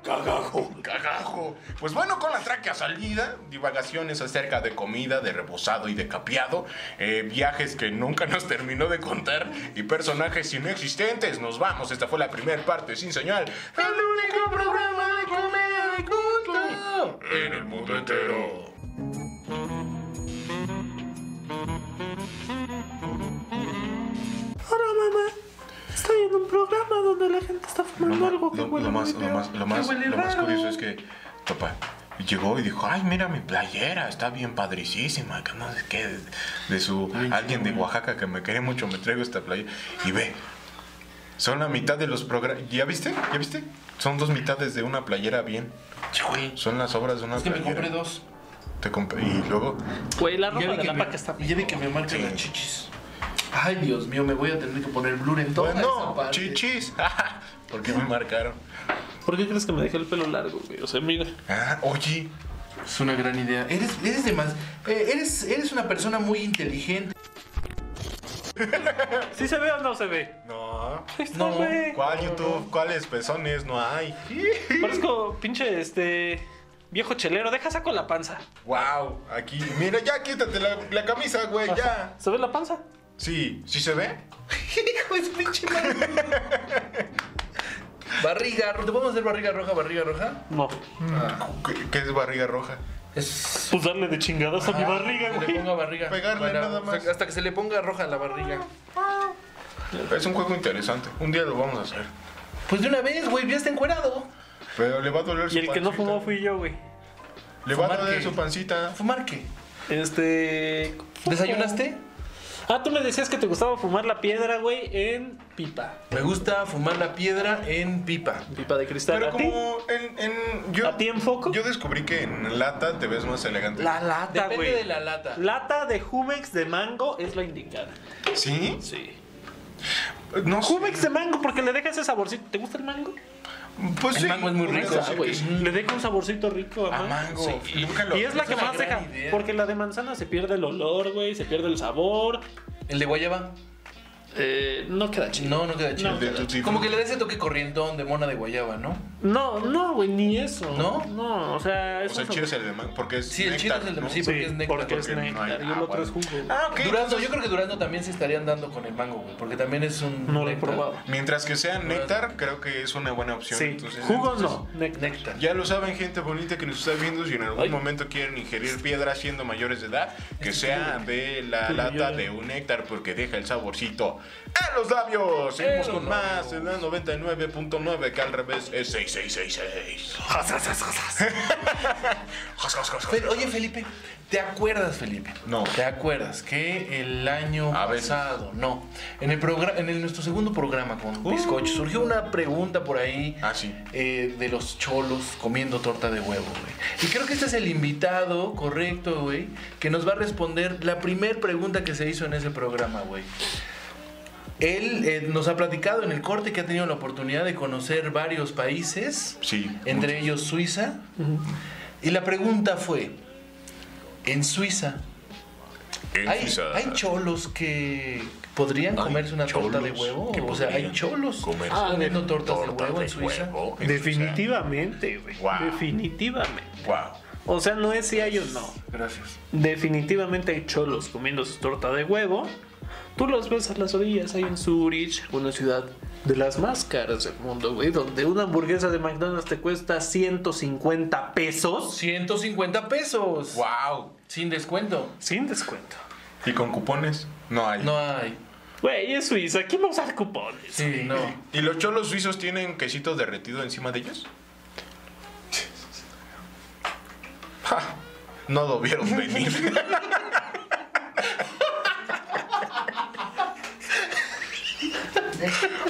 Cagajo. Cagajo. Pues bueno, con la tráquea salida, divagaciones acerca de comida, de rebozado y de capeado, eh, viajes que nunca nos terminó de contar y personajes inexistentes. Nos vamos, esta fue la primera parte, sin señal. El único programa de comedia de culto en el mundo entero.
Ahora, mamá, estoy en un programa donde la gente está
lo,
fumando
ma-
algo que
lo-
huele
lo
muy
más, lo
feo,
más, lo
que
más,
huele
lo más
raro.
curioso es que papá llegó y dijo, ay, mira mi playera, está bien padricísima, que no sé qué, de, de su alguien de Oaxaca que me quiere mucho, me traigo esta playera. Y ve, son la mitad de los programas, ¿ya viste? ¿Ya viste? Son dos mitades de una playera bien,
Sí, güey.
son las obras de una
Es que me
playera.
compré dos.
Te compré- y luego,
Güey, la
Ya
ropa
vi
de
que
la
me-
paca está
Ya vi que me marcan las chichis. Ay, Dios mío, me voy a tener que poner blur en toda
pues
esa
no,
parte.
chichis, porque me marcaron.
¿Por qué crees que me dejé el pelo largo, güey? O sea, mira.
Ah, oye,
Es una gran idea. Eres, eres de más. eh, eres, eres una persona muy inteligente.
¿Sí se ve o no se ve?
no,
Ahí está,
No,
güey.
¿cuál YouTube? ¿Cuáles pezones? No hay.
Parezco pinche este. Viejo chelero, deja saco la panza.
Wow, aquí. Mira, ya quítate la, la camisa, güey, ya.
¿Se ve la panza?
Sí, ¿sí se ve?
Hijo es pinche madre. Barriga, ro- ¿te podemos hacer barriga roja, barriga roja? Ah.
No.
¿Qué, qué es barriga roja?
Es.
Pues darle de chingadas a mi barriga,
Que le
güey.
ponga barriga.
Pegarle nada más.
Hasta que se le ponga roja la barriga.
Es un juego interesante. Un día lo vamos a hacer.
Pues de una vez, güey, ya está encuerado.
Pero le va a doler su
Y el que no
pancita.
fumó fui yo, güey.
Le va a
Fumar
doler
qué?
su pancita.
¿Fumar qué?
Este.
¿Desayunaste?
Ah, tú me decías que te gustaba fumar la piedra, güey, en pipa.
Me gusta fumar la piedra en pipa.
Pipa de cristal.
Pero
¿A ti?
como en, en- yo,
¿A ti en foco?
yo descubrí que en lata te ves más elegante.
La lata,
Depende
güey.
de la lata.
Lata de Jumex de mango es la indicada.
¿Sí?
Sí.
No sé.
Jumex de mango porque le deja ese saborcito. ¿Te gusta el mango?
Pues
El
sí,
mango es muy
podría
rico,
decir
güey.
que sí.
Le deja un saborcito rico a
A
mango.
mango.
Sí.
Nunca lo
Y es la
Es
que
una
más deja,
gran idea.
porque la de manzana se pierde el olor, güey, se pierde el sabor.
¿El de guayaba?
Eh, no queda chido.
No, no queda chido.
No.
De Tutti
Como que
Frutti.
le da ese toque corrientón de mona de guayaba, ¿no?
No, no, güey, ni eso.
¿No?
No, o sea,
O
es
sea, el
un
chido es el de mango. Porque es
Sí, el chido
néctar,
es el de
¿no?
sí, porque es néctar.
porque es
porque no hay
néctar y el
agua,
otro es
güey.
jugo. güey.
Ah, ok.
Durazno, yo creo que Durazno también se estaría andando con el mango, güey, porque también es un.
No lo he
néctar.
probado.
Mientras que sea néctar, creo que es una buena opción.
Sí,
Entonces,
jugos
entonces,
no, néctar.
Néctar.
Ya lo saben, gente bonita que nos está viendo, si en algún
Ay.
momento quieren ingerir piedra siendo mayores de edad, que sea de la
Sí,
lata
ya.
de un néctar porque deja el saborcito en los labios. Seguimos
En
con
los
más en la 99.9, que al revés es 6666. Jos, jos, jos, jos.
Fe- oye, Felipe, ¿te acuerdas, Felipe?
No.
¿Te acuerdas que el año
A veces.
pasado, no, en el programa, en el- nuestro segundo programa con
Uh.
Bizcocho, surgió una pregunta por ahí
Ah, sí.
eh, de los cholos comiendo torta de huevo, güey. Y creo que este es el invitado correcto, güey, que nos va a responder la primer pregunta que se hizo en ese programa, güey. Él eh, nos ha platicado en el corte que ha tenido la oportunidad de conocer varios países,
Sí.
entre ellos Suiza. Y la pregunta fue, en Suiza,
En
¿hay,
Suiza. ah.
hay cholos que podrían
Hay
comerse una torta de
cholos
huevo?
que
O sea, ¿hay
podrían
cholos
comerse
comiendo tortas
torta
de huevo en Suiza?
huevo en Suiza.
Definitivamente, güey.
Wow.
Definitivamente.
Wow.
O sea, no es si hay o no.
Gracias.
Definitivamente hay cholos comiendo su torta de huevo. Tú los ves a las orillas, hay en Zurich, una ciudad de las más caras del mundo, güey, donde una hamburguesa de McDonald's te cuesta 150 pesos
150 pesos.
Wow.
Sin descuento.
sin descuento.
¿Y con cupones? No hay.
No hay.
Güey, es Suiza, ¿quién va a usar cupones?
Sí, no.
¿Y los cholos suizos tienen quesito derretido encima de ellos? Ja, no lo vieron venir.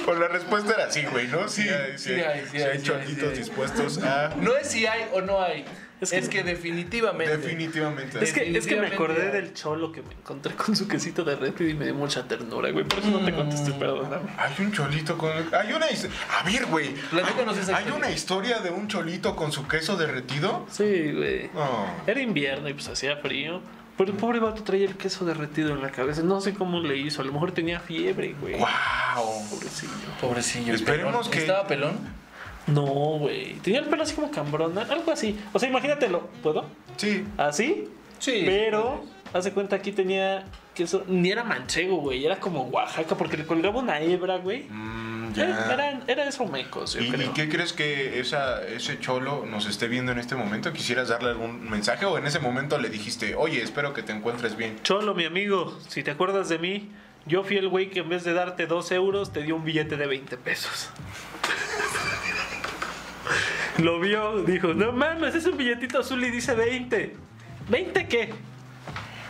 Pues la respuesta era sí, güey, ¿no? Sí, hay-
sí hay, sí
sí
hay,
hay
sí
cholitos
hay.
dispuestos a...
No es si hay o no hay. Es
Es
que,
que-
definitivamente.
Definitivamente.
Es que, es que me acordé
Definitivamente.
del cholo que me encontré con su quesito derretido y me dio mucha ternura, güey. Por eso no te contesté, perdóname.
Hay un cholito con... Hay una... his- A ver, güey.
Platícanos
hay-
esa
Hay
historia.
una historia de un cholito con su queso derretido. Oh,
Sí, güey.
No.
Era invierno y pues hacía frío. Pero el pobre vato traía el queso derretido en la cabeza. No sé cómo le hizo. A lo mejor tenía fiebre, güey.
¡Wow!
Pobrecillo.
Pobrecillo.
Esperemos
pelón.
que-
¿Estaba pelón?
No, güey. Tenía el pelo así como cambrón, algo así. O sea, imagínatelo. ¿Puedo?
Sí.
¿Así?
Sí.
Pero, hace cuenta, aquí tenía que eso. Ni era manchego, güey. Era como Oaxaca, porque le colgaba una hebra, güey.
Mm, ya.
Era, eran- era eso mecos, yo
¿Y, y
creo.
qué crees que esa, ese cholo nos esté viendo en este momento? ¿Quisieras darle algún mensaje o en ese momento le dijiste, oye, espero que te encuentres bien?
Cholo, mi amigo, si te acuerdas de mí, yo fui el güey que en vez de darte dos euros, te dio un billete de 20 pesos. Lo vio, dijo, no mames, es un billetito azul y dice 20. ¿20 qué?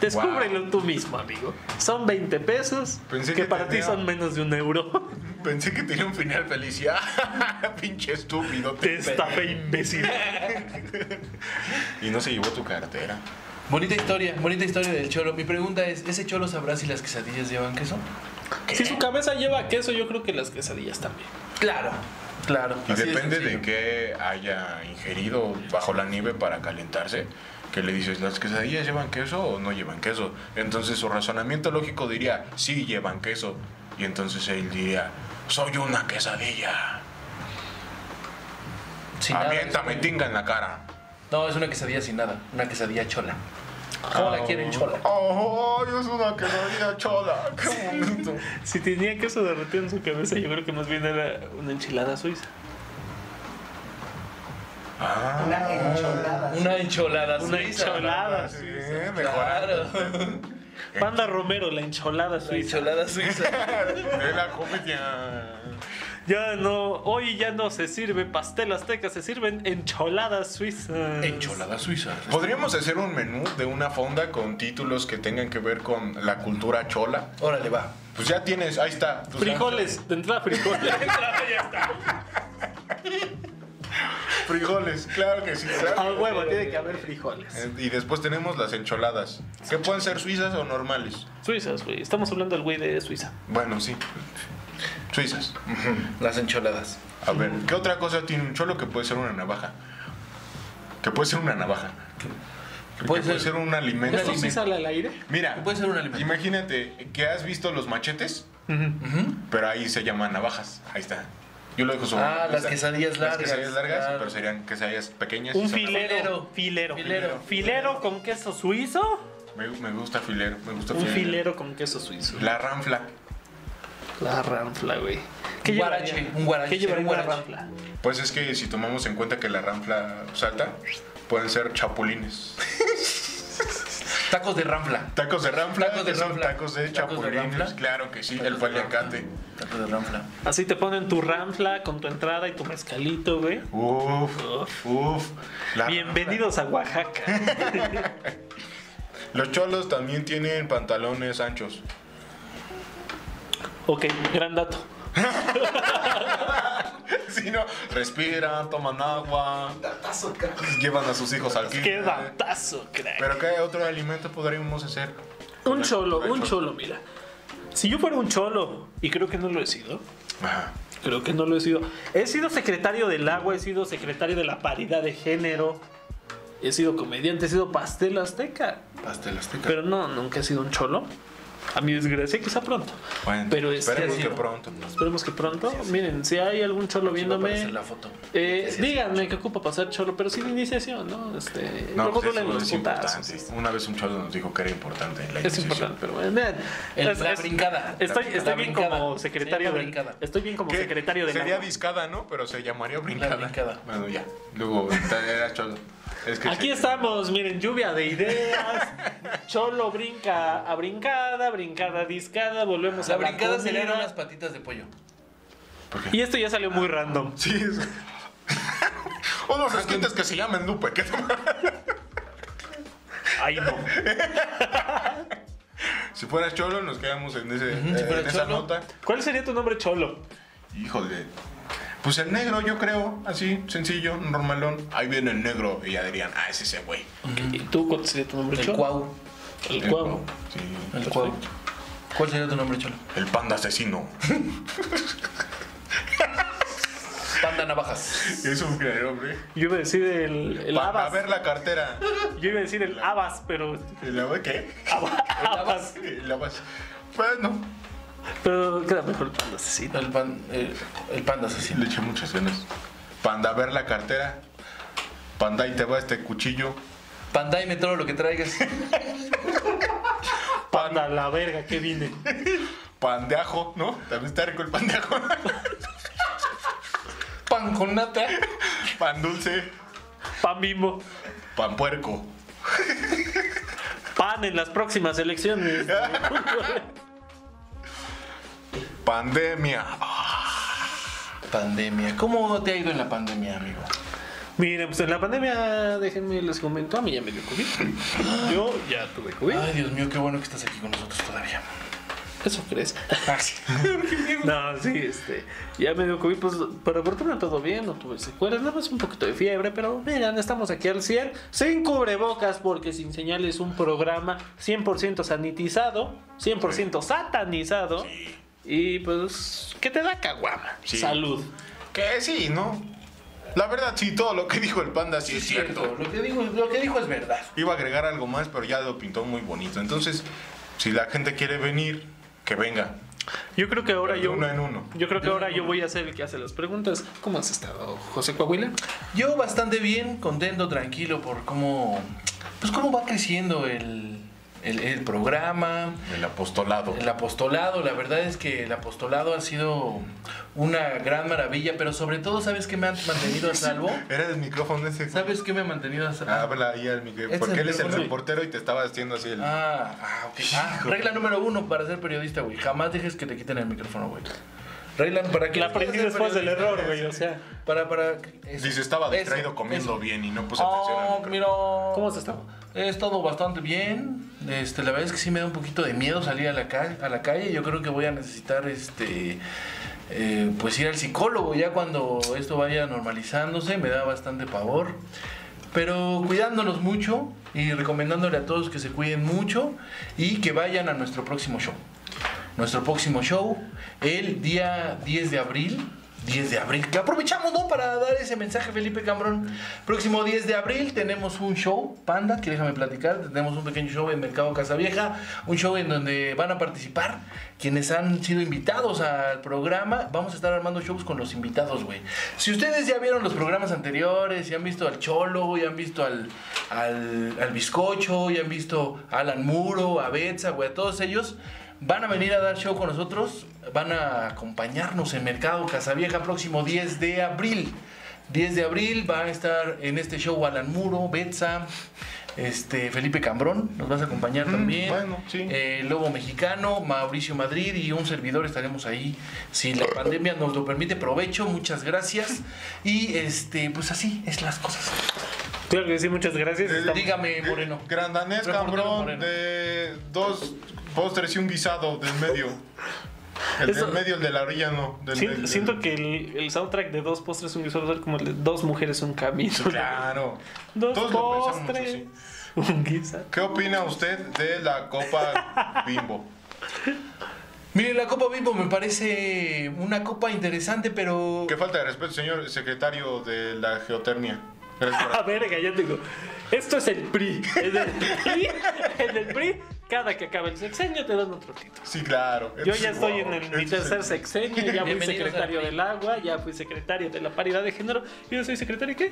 Descúbrelo tú mismo, amigo. Son 20 pesos
Pensé
que,
que
para ti
tenía-
son menos de un euro.
Pensé que tenía un final feliz y ¡ah, pinche estúpido!
Te
pe-
estafé, imbécil.
Y no se llevó tu cartera.
Bonita historia, bonita historia del cholo. Mi pregunta es, ¿ese cholo sabrá si las quesadillas llevan queso?
Si su cabeza lleva queso, yo creo que las quesadillas también.
Claro, claro.
Y
Así
depende de
sencillo.
qué haya ingerido bajo la nieve para calentarse, que le dices, ¿las quesadillas llevan queso o no llevan queso? Entonces su razonamiento lógico diría, sí llevan queso. Y entonces él diría, soy una quesadilla.
Sin nada.
Aviéntame tinga en la cara.
No, es una quesadilla sin nada, una quesadilla chola. ¿Cómo la quieren chola?
¡Oh, es una quesadilla chola! ¡Qué bonito!
Si tenía queso derretido en su cabeza, yo creo que más bien era una enchilada suiza.
Ah,
Una encholada
Una
suiza.
encholada.
sí,
suiza.
eh, mejorando.
Claro.
Panda Romero, la encholada
Una
suiza.
encholada suiza.
Es la comedia.
Ya no, hoy ya no se sirve pastel azteca, se sirven encholadas suizas.
Encholada suiza.
Podríamos hacer un menú de una fonda con títulos que tengan que ver con la cultura chola.
Órale, va.
Pues ya tienes, ahí está. tus
Frijoles, de entrada frijoles.
lanchas. Frijoles, claro que sí. claro.
Ah.
A huevo, tiene que haber frijoles.
Eh, Y después tenemos las encholadas, que pueden ser suizas o normales.
Suizas, güey. Estamos hablando del güey de Suiza.
Bueno, sí. Suizas.
Las encholadas.
A ver, ¿qué otra cosa tiene un cholo que puede ser una navaja? Que puede ser una navaja. Que
Puede
puede,
ser-
ser un alimento.
¿Esto sí sale al aire?
Mira,
Puede ser un alimento.
imagínate que has visto los machetes, pero ahí se llaman navajas. Ahí está. Yo lo dejo sobre.
Ah,
ahí
las
está.
quesadillas
Las
largas,
quesadillas largas,
claro.
pero serían quesadillas pequeñas. y
Un
son-
filero, filero.
Filero.
Filero con queso suizo.
Me, me gusta filero, me gusta
Un
filero.
filero con queso suizo.
La ranfla.
La ranfla, güey.
Un guarache,
llevaría?
un guarache,
¿Qué llevaría
un
una
guarache.
ranfla?
Pues es que si tomamos en cuenta que la ranfla salta, pueden ser chapulines.
Tacos de ranfla.
Tacos de ranfla,
Tacos de
que son
ranfla.
tacos de
Tacos de
chapulines.
ranfla.
claro que sí,
Tacos
el
de
paliacate.
Tacos de ranfla.
Así te ponen tu ranfla con tu entrada y tu mezcalito, güey.
Uf, uf. La-
Bienvenidos a Oaxaca.
Los cholos también tienen pantalones anchos.
ok, gran dato.
Si no, respiran, toman agua, llevan a sus hijos al
Qué
kinder.
datazo, crack.
Pero ¿qué otro alimento podríamos hacer?
un cholo, un cholo, mira. Si yo fuera un cholo, y creo que no lo he sido,
Ajá.
creo que no lo he sido. He sido secretario del agua, he sido secretario de la paridad de género, he sido comediante, he sido pastel azteca.
Pastel azteca.
Pero no, nunca he sido un cholo. A mi desgracia, quizá pronto.
Bueno,
pero es que
esperemos
así
que
no.
pronto.
Esperemos que pronto. Miren, si hay algún cholo
Aquí va a
viéndome.
aparecer la foto.
eh,
Sí, sí, sí.
díganme que ocupa pasar cholo, pero sin iniciación, ¿no? Este,
No,
luego
pues
duelen
eso
los
es
putazos.
importante. Una vez un cholo nos dijo que era importante la
Es
iniciación.
importante, pero bueno. vean,
El-
es-
la
es-
brincada.
Estoy,
La
estoy bien
brincada.
como secretario
Sí, la
del.
brincada.
Estoy bien como
¿Qué?
secretario del.
Sería
agua.
discada, ¿no? Pero se llamaría brincada.
La brincada.
Bueno, ya. Luego, era cholo. Es que
Aquí
se-
estamos, miren, lluvia de ideas. Cholo brinca a brincada, brincada a discada, volvemos a
La brincada
comida.
serían unas patitas de pollo.
Y esto ya salió muy random.
Sí, es...
Ah,
Unos esquites que se llaman Lupe. ¿qué tal?
Ahí no.
si fueras cholo, nos quedamos en, ese, en
fueras
esa
cholo.
nota.
¿Cuál sería tu nombre cholo?
Híjole. Pues el negro, yo creo, así, sencillo, normalón. Ahí viene el negro y ya dirían, ah, es ese güey.
¿Y tú cuál sería tu nombre
El
cholo?
cuau.
El cuau.
Sí.
El cuau. ¿Cuál sería tu nombre, cholo?
El panda asesino.
Panda navajas.
es un gran hombre.
Yo iba a decir el, el
Para
Abas.
ver la cartera.
Yo iba a decir el Abas, pero.
¿El agua qué?
Abas.
El agua. Bueno,
Pero queda mejor el panda asesino.
eh, El, pan, el, el panda asesino.
le eché muchas ganas. Panda, ver la cartera. Panda, y te va este cuchillo.
Panda y metro lo que traigas.
Panda, la verga, que vine.
Pandeajo, ¿no? También está rico el pandeajo.
Pan con nata.
Pan dulce,
Pan bimbo.
pan puerco.
Pan en las próximas elecciones.
Pandemia.
Pandemia. ¿Cómo te ha ido en la pandemia, amigo?
Miren, pues en la pandemia, déjenme les comento, a mí ya me dio COVID. Yo ya tuve COVID.
Ay, Dios mío, qué bueno que estás aquí con nosotros todavía.
Eso crees. no, sí, este. Ya me dio COVID, pues, pero por fortuna todo bien, no tuve secuelas, nada más un poquito de fiebre, pero miren, estamos aquí al 100, sin cubrebocas, porque Sin Señal es un programa 100% sanitizado, 100% satanizado. Y pues, ¿qué te da caguama?
Sí.
Salud.
Que sí, ¿no? La verdad, sí, todo lo que dijo el panda sí es cierto.
Lo que, digo, lo que dijo es verdad.
Iba a agregar algo más, pero ya lo pintó muy bonito. Entonces, si la gente quiere venir, que venga.
Yo creo que ahora
De
yo.
uno en uno.
Yo creo que ahora yo voy a ser el que hace las preguntas. ¿Cómo has estado, José Coahuila?
Yo bastante bien, contento, tranquilo por cómo, pues cómo va creciendo el, el- el programa,
El apostolado.
el apostolado. La verdad es que el apostolado ha sido una gran maravilla, pero sobre todo, ¿sabes qué me han mantenido a salvo?
Era el micrófono ese. güey.
¿Sabes qué me ha mantenido a salvo?
Habla ahí al micrófono.
Es
Porque
el
él es el
micrófono.
reportero y te estaba haciendo así el.
Ah, ah, ok. Ah, regla número uno para ser periodista, güey. Jamás dejes que te quiten el micrófono, güey. Regla para que
La aprendí después del error, güey. O sea,
Para, para. eso,
Dice, estaba distraído
eso,
comiendo
Oh,
eso.
bien y no puse atención al
Oh,
micrófono.
mira.
¿Cómo has estado?
He estado bastante bien. Este, la verdad es que sí me da un poquito de miedo salir a la, ca- a la calle. Yo creo que voy a necesitar este. eh, pues ir al psicólogo ya cuando esto vaya normalizándose. Me da bastante pavor. Pero cuidándolos mucho y recomendándole a todos que se cuiden mucho y que vayan a nuestro próximo show. Nuestro próximo show el día 10 de abril. 10 de abril, que aprovechamos, ¿no? Para dar ese mensaje, Felipe Cambrón. Próximo 10 de abril tenemos un show, Panda, que déjame platicar. Tenemos un pequeño show en Mercado Casavieja, un show en donde van a participar quienes han sido invitados al programa. Vamos a estar armando shows con los invitados, güey. Si ustedes ya vieron los programas anteriores, si han visto al Cholo, ya han visto al, al, al Bizcocho, ya han visto a Alan Muro, a Betsa, güey, a todos ellos. Van a venir a dar show con nosotros, van a acompañarnos en Mercado Casavieja próximo 10 de abril. 10 de abril van a estar en este show Alan Muro, Betsa, este, Felipe Cambrón, nos vas a acompañar también.
Mm, bueno, sí.
Eh, Lobo Mexicano, Mauricio Madrid y un servidor estaremos ahí. Si la pandemia nos lo permite, provecho, muchas gracias. Y este, pues así es las cosas.
Claro que sí, muchas gracias. Estamos-
Dígame, Moreno.
Grandanés,
Reportero
cabrón,
Moreno.
de dos postres y un guisado del medio. El
Eso-
del medio, el de la orilla, no. Del
Siento,
del-
siento que el, el soundtrack de Dos Postres Un Guisado va a ser como el de Dos Mujeres Un Camino.
Claro.
Dos
Todos lo pensamos
postres.
así.
Un guisado.
¿Qué opina usted de la Copa Bimbo?
Mire, la Copa Bimbo me parece una copa interesante, pero.
Qué falta de respeto, señor secretario de la geotermia. Gracias por
A Ah, verga, ya tengo. Esto es el PRI. En el PRI, en el PRI, cada que acaba el sexenio te dan otro título.
Sí, claro.
Yo
Entonces,
ya estoy en
wow,
el, mi
eso es
tercer
el-
sexenio, ya fui
Bienvenidos
secretario
al PRI.
del agua, ya fui secretario de la paridad de género. ¿Y yo soy secretario de qué?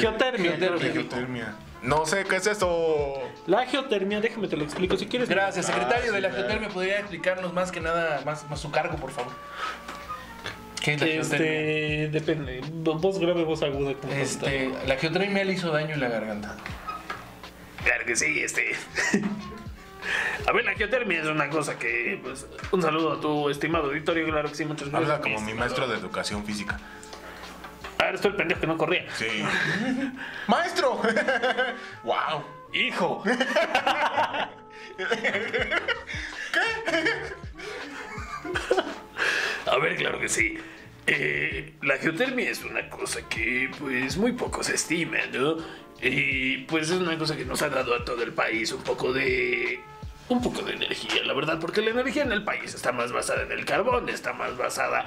Geotermia.
Geotermia.
La geotermia. No sé qué es esto.
La geotermia, déjame te lo explico si quieres.
Gracias, secretario
Ah, sí,
de la
claro.
Geotermia. ¿Podría explicarnos más que nada, más, más su cargo, por favor? ¿Qué es la geotermia?
Este, depende. Voz grave, voz aguda. como
Este, la geotermia le hizo daño en la garganta.
Claro que sí, este. A ver, la geotermia es una cosa que. Pues, un saludo a tu estimado auditorio, claro que sí, muchas gracias.
Habla como mi maestro de educación física.
A ver, estoy el pendejo que no corría.
Sí. ¡Maestro! ¡Wow!
¡Hijo! A ver, claro que sí. Eh, la geotermia es una cosa que, pues, muy poco se estima, ¿no? Y, pues, es una cosa que nos ha dado a todo el país un poco de... Un poco de energía, la verdad, porque la energía en el país está más basada en el carbón, está más basada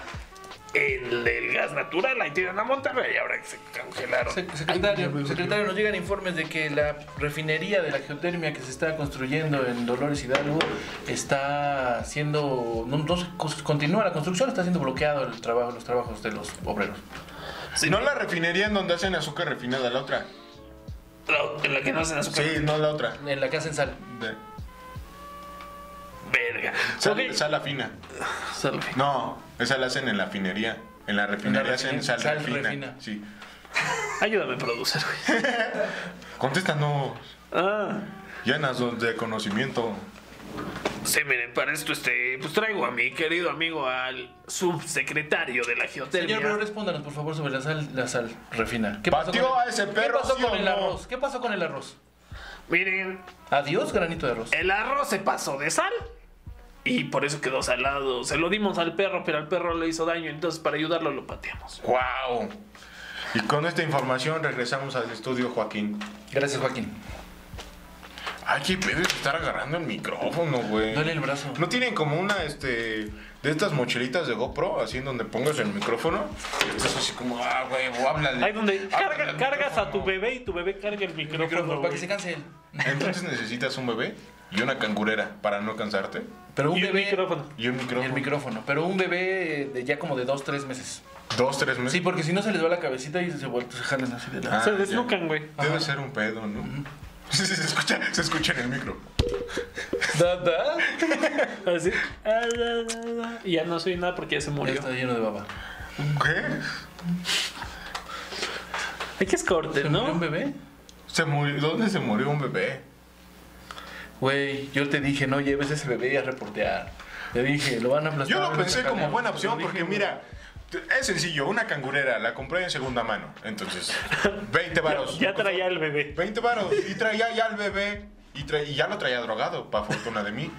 en el gas natural. Ahí tiran a Monterrey ahora que se congelaron.
Se- Secretario, secretario, nos llegan informes de que la refinería de la geotermia que se está construyendo en Dolores Hidalgo está siendo, no, no se- continúa la construcción, está siendo bloqueado el trabajo, los trabajos de los obreros.
Sí.
No la refinería en donde hacen azúcar refinada, la otra.
La- en la que no hacen azúcar.
Sí, no la otra.
En la casa en sal.
De-
Verga.
Sal,
Ok.
sal afina.
Sal.
No, esa la hacen en la finería. En la refinería hacen
refine-
sal,
sal
refina.
refina.
Sí.
Ayúdame a producir, güey.
Contéstanos.
Ah.
Llenas de conocimiento.
Sí, miren, para esto este, pues traigo a mi querido amigo al subsecretario de la geotermia.
Señor, pero respóndanos, por favor, sobre la sal, la sal refina. ¿Qué
¿Pateó
con
a ese perro,
¿Qué pasó
sí
con
o
el
no?
arroz? ¿Qué pasó con el arroz?
Miren,
Adiós, granito de arroz.
el arroz se pasó de sal y por eso quedó salado. Se lo dimos al perro, pero al perro le hizo daño, entonces para ayudarlo lo pateamos.
¡Wow! Y con esta información regresamos al estudio, Joaquín.
Gracias, Joaquín.
Ay, qué pedo es estar agarrando el micrófono, güey.
Duele el brazo.
¿No tienen como una, este, de estas mochilitas de GoPro, así en donde pongas el micrófono? Y Estás así como, ah, güey, o háblale.
Ahí donde
Ah,
Háblale
carga-
al
cargas a tu
micrófono.
bebé y tu bebé carga el micrófono.
Micrófono, para
güey.
que se canse él.
Entonces necesitas un bebé y una cangurera para no cansarte.
Pero un
Y un
bebé.
micrófono.
Y un
Y
micrófono.
el micrófono. Pero un bebé de ya como de dos, tres meses.
Dos, tres meses.
Sí, porque si no se les va la cabecita y se vuelven, se jalan así de la.
Ah,
Se
ya.
desnucan, güey.
Debe ser un pedo, ¿no? Sí, sí, se escucha, se escucha en el micro.
¿Dada?
Así. ah, da, da, da. Y ya no soy nada porque ya se
Ya
murió.
está lleno de baba.
¿Qué?
Hay que es corte,
¿Se murió un
¿no?
bebé?
Se murió, ¿Dónde se murió un bebé?
Güey, yo te dije, no lleves ese bebé a reportear. Te dije, lo van a aplastar.
Yo lo
van a
pensé
sacar
como
de-
buena
Te
opción
dije,
porque
güey.
mira, es sencillo, una cangurera la compré en segunda mano. Entonces, 20 varos.
Ya traía el bebé.
20 varos y traía ya al bebé y, tra- y ya lo traía drogado, para fortuna de mí.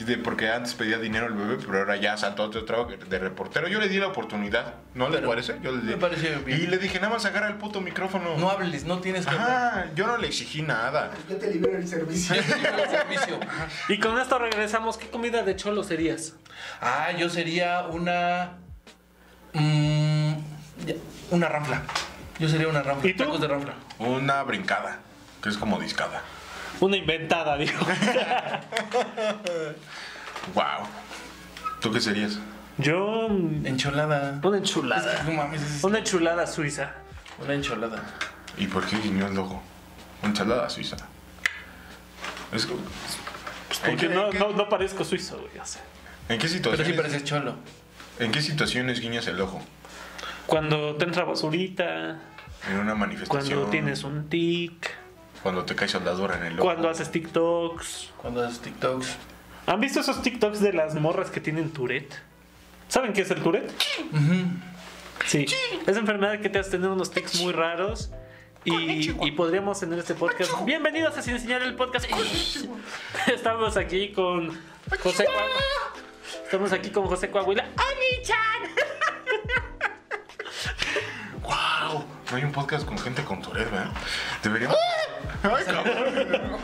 Y de- porque antes pedía dinero el bebé, pero ahora ya saltó otro trago de reportero. Yo le di la oportunidad, ¿no le
Pero
parece? Yo le di-
me pareció bien.
Y le dije, nada más agarra el puto micrófono.
No hables, no tienes que hablar.
Ajá, yo no le exigí nada.
Yo te libero el servicio.
Ya te llegó el servicio.
Y con esto regresamos. ¿Qué comida de cholo serías?
Ah, yo sería una. mm, ya, una ranfla. Yo sería una ranfla.
¿Y tú?
Tacos de ranfla.
Una brincada, que es como discada.
Una inventada, digo.
Wow. ¿Tú qué serías?
Yo. mm, Una
Encholada. Es que
enchulada.
No mames, es-
Una enchulada suiza.
Una encholada.
¿Y por qué guiñó el logo? Ensalada suiza. Es que- ¿En
pues, Porque
qué-
no,
en qué-
no, no parezco suizo, güey. o sea.
¿En qué
Pero sí
situaciones?
pareces cholo.
¿En qué situaciones guiñas el ojo?
Cuando te entra basurita,
En una
cuando
manifestación.
tienes un tic,
Cuando te cae soldadura en el ojo.
cuando haces TikToks.
Cuando haces TikToks.
¿Han visto esos TikToks de las morras que tienen Tourette? ¿Saben qué es el Tourette? Sí. Es enfermedad que te hace tener unos tics muy raros. Y, y podríamos tener este podcast. Bienvenidos a Sin Enseñar el Podcast. Estamos aquí con José Coahuila. Estamos aquí con José Coahuila.
Ah, ¡Oni-chan!
¡Wow! No hay un podcast con gente con Tourette, ¿verdad? Deberíamos.
¡Ah!
¡Ay, cabrón!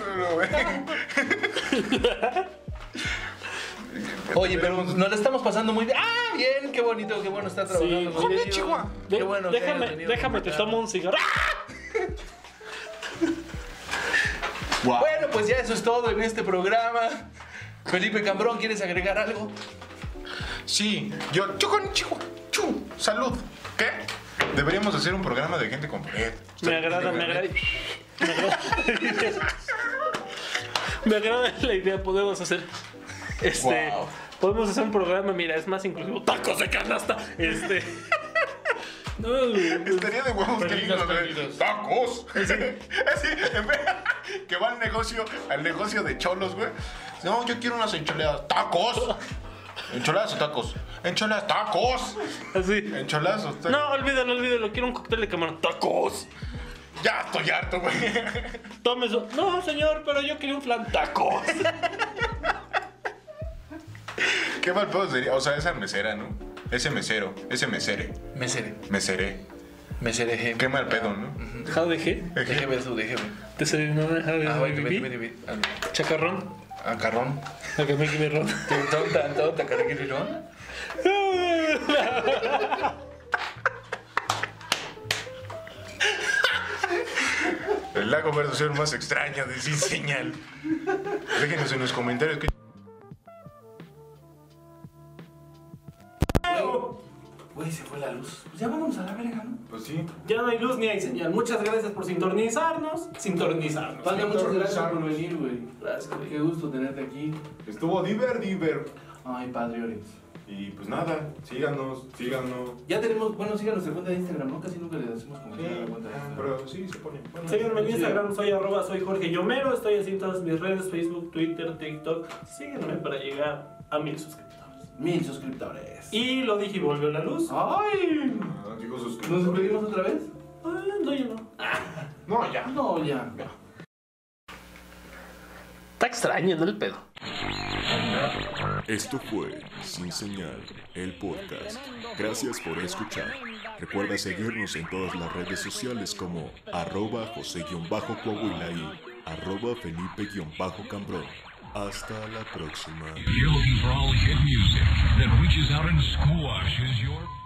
Oye, pero nos la estamos pasando muy bien. ¡Ah, bien! ¡Qué bonito, qué bueno está trabajando!
Sí.
contigo.
Konnichiwa.
¡Qué bueno! que hayas
déjame,
venido
déjame, te
por acá.
tomo un cigarro. ¡Ah!
¡Wow!
Bueno, pues ya eso es todo en este programa. Felipe Cambrón, ¿quieres agregar algo?
Sí, yo. ¡Chu con chihu! ¡Chu! ¡Salud! ¿Qué? Deberíamos hacer un programa de gente con Tourette.
Me agrada, me agrada. Me agrada, me agrada la idea, podemos hacer. Este.
Wow.
Podemos hacer un programa, mira, es más inclusivo. ¡Tacos de canasta! Este. No, güey. pues,
Estaría de huevos que alguien nos dé tacos. Así, en vez- que va al negocio, al negocio de cholos, güey. No, yo quiero unas enchiladas. ¡Tacos! ¿Enchiladas o tacos? ¡Enchiladas, tacos!
Así.
¿Enchiladas o tacos?
No, olvídalo, olvídalo. Quiero un cóctel de camarón. ¡Tacos!
Ya estoy harto, güey.
Tome eso. No, señor, pero yo quería un flan. ¡Tacos!
Qué mal pedo sería. O sea, esa mesera, ¿no? Ese mesero, ese mesere,
Me seré.
meseré.
Me seré. je.
Qué mal pedo, ¿no?
How de G.
Déjeme su, déjeme.
Te salió un nombre. how de
Ah, vete,
G.
vete, vete, vete. Al-
Chacarrón.
Ah,
A carrón.
Acá me quemé ron.
Tontón, tantón, tacarquirón.
La conversación más extraña de Sin Señal. Déjenos en los comentarios qué
Güey, se fue la luz. Pues ya vámonos a la verga, ¿no?
Pues sí.
Ya no hay luz ni hay señal. Muchas gracias por sintonizarnos. Sintonizarnos.
Panda, muchas
Víctor,
gracias
Gonzalo.
por venir, güey.
Gracias, güey.
Qué gusto tenerte aquí.
Estuvo Diver, Diver.
Ay, padre Ores.
Y pues nada, síganos, síganos.
Ya tenemos, bueno, sigan nuestra cuenta de Instagram, ¿no? Casi nunca le hacemos como
Sí,
a la cuenta de Instagram.
pero sí se pone. Bueno,
Síganme en Instagram, soy arroba, soy Jorge Yomero. Estoy así en todas mis redes, Facebook, Twitter, TikTok. Síganme para llegar a mil suscriptores.
Mil suscriptores.
Y lo dije y volvió la luz.
¡Ay!
Ah, digo
¿Nos
suscriptores.
despedimos otra vez?
Ah, no, yo no.
No, ya.
No, ya.
Está extraño, ¿no? El pedo.
Esto fue Sin Señal, el podcast. Gracias por escuchar. Recuerda seguirnos en todas las redes sociales como arroba José-Coahuila y arroba Felipe-Cambrón. Hasta la próxima.
If you're looking for all hit music that reaches out and squashes your...